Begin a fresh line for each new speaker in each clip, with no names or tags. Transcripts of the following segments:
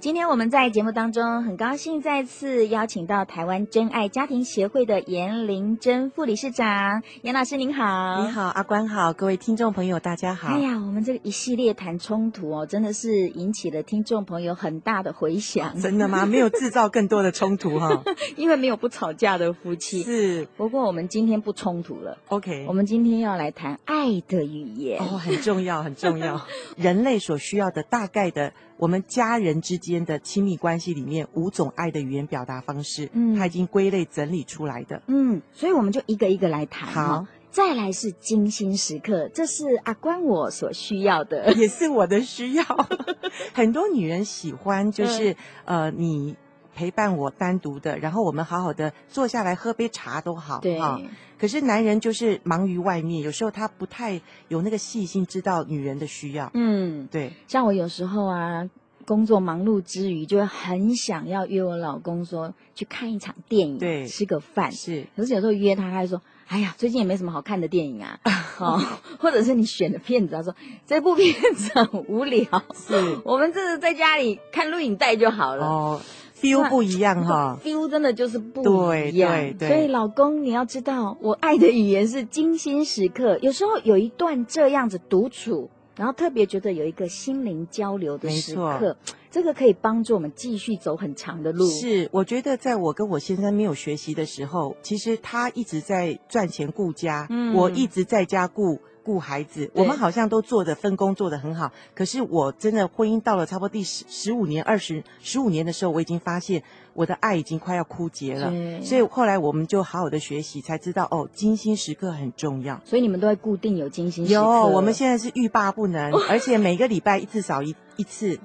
今天我们在节目当中，很高兴再次邀请到台湾真爱家庭协会的严玲珍副理事长，严老师您好。
你好，阿关好，各位听众朋友，大家好。
哎呀，我们这个一系列谈冲突哦，真的是引起了听众朋友很大的回响，
真的吗？没有制造更多的冲突 哈、
因为没有不吵架的夫妻。
是
不过我们今天不冲突了，
OK
我。们今天要来谈爱的语言。
哦，很重要，很重要。人类所需要的大概的，我们家人之间的亲密关系里面五种爱的语言表达方式，
嗯
它已经归类整理出来的。
嗯，所以我们就一个一个来谈、
好
哦。再来是精心时刻，这是阿关我所需要的。
也是我的需要， 很多女人喜欢就是、呃，你陪伴我单独的，然后我们好好的坐下来喝杯茶都好，
对，
啊可是男人就是忙于外面，有时候他不太有那个细心知道女人的需要。
嗯，
对，
像我有时候啊，工作忙碌之余，就会很想要约我老公说去看一场电影，
对
吃个饭。
是
可是有时候约他，他就说：“哎呀，最近也没什么好看的电 影啊。”哦，或者是你选的片子，他说这部片子很无聊，
是
我们这是在家里看录影带就好了。
哦，feel 不一样嗯哈、
feel 真的就是不一样。
对对对
所以老公，你要知道，我爱的语言是精心时刻。有时候有一段这样子独处，然后特别觉得有一个心灵交流的时刻，这个可以帮助我们继续走很长的路。，
是，我觉得在我跟我先生没有学习的时候，其实他一直在赚钱顾家，
嗯
我一直在家顾顾孩子，我们好像都做的分工做得很好。可是我真的婚姻到了差不多第十十五年、二十十五年的时候，我已经发现我的爱已经快要枯竭了。
对
所以后来我们就好好的学习，才知道哦，精心时刻很重要。
所以你们都会固定有精心时刻。
有，我们现在是欲罢不 能，而且每个礼拜至少一一次。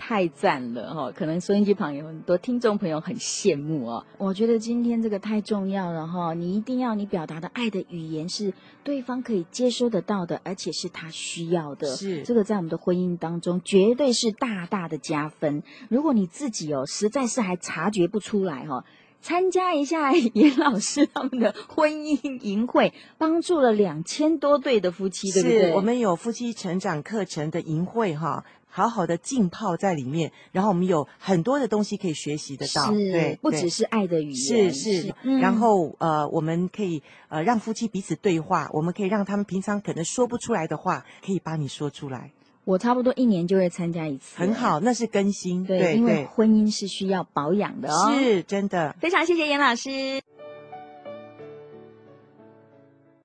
太赞了哈、哦！可能收音机旁有很多听众朋友很羡慕哦。我觉得今天这个太重要了哈、你一定要你表达的爱的语言是对方可以接收得到的，而且是他需要的。
是
这个在我们的婚姻当中绝对是大大的加分。如果你自己哦，实在是还察觉不出来哈、哦参加一下 严老师他们的婚姻营会，帮助了两千多对的夫妻，对不对？
是我们有夫妻成长课程的营会哈，好好的浸泡在里面，然后我们有很多的东西可以学习得到，
是
对，
不
对
只是爱的语
是
言，
是，
嗯
然后呃，我们可以呃让夫妻彼此对话，我们可以让他们平常可能说不出来的话，可以帮你说出来，
我差不多一年就会参加一次，
很。好，那是更新，
对，
对
因为
对，
婚姻是需要保养的哦。，
是真的。
非常谢谢严老师。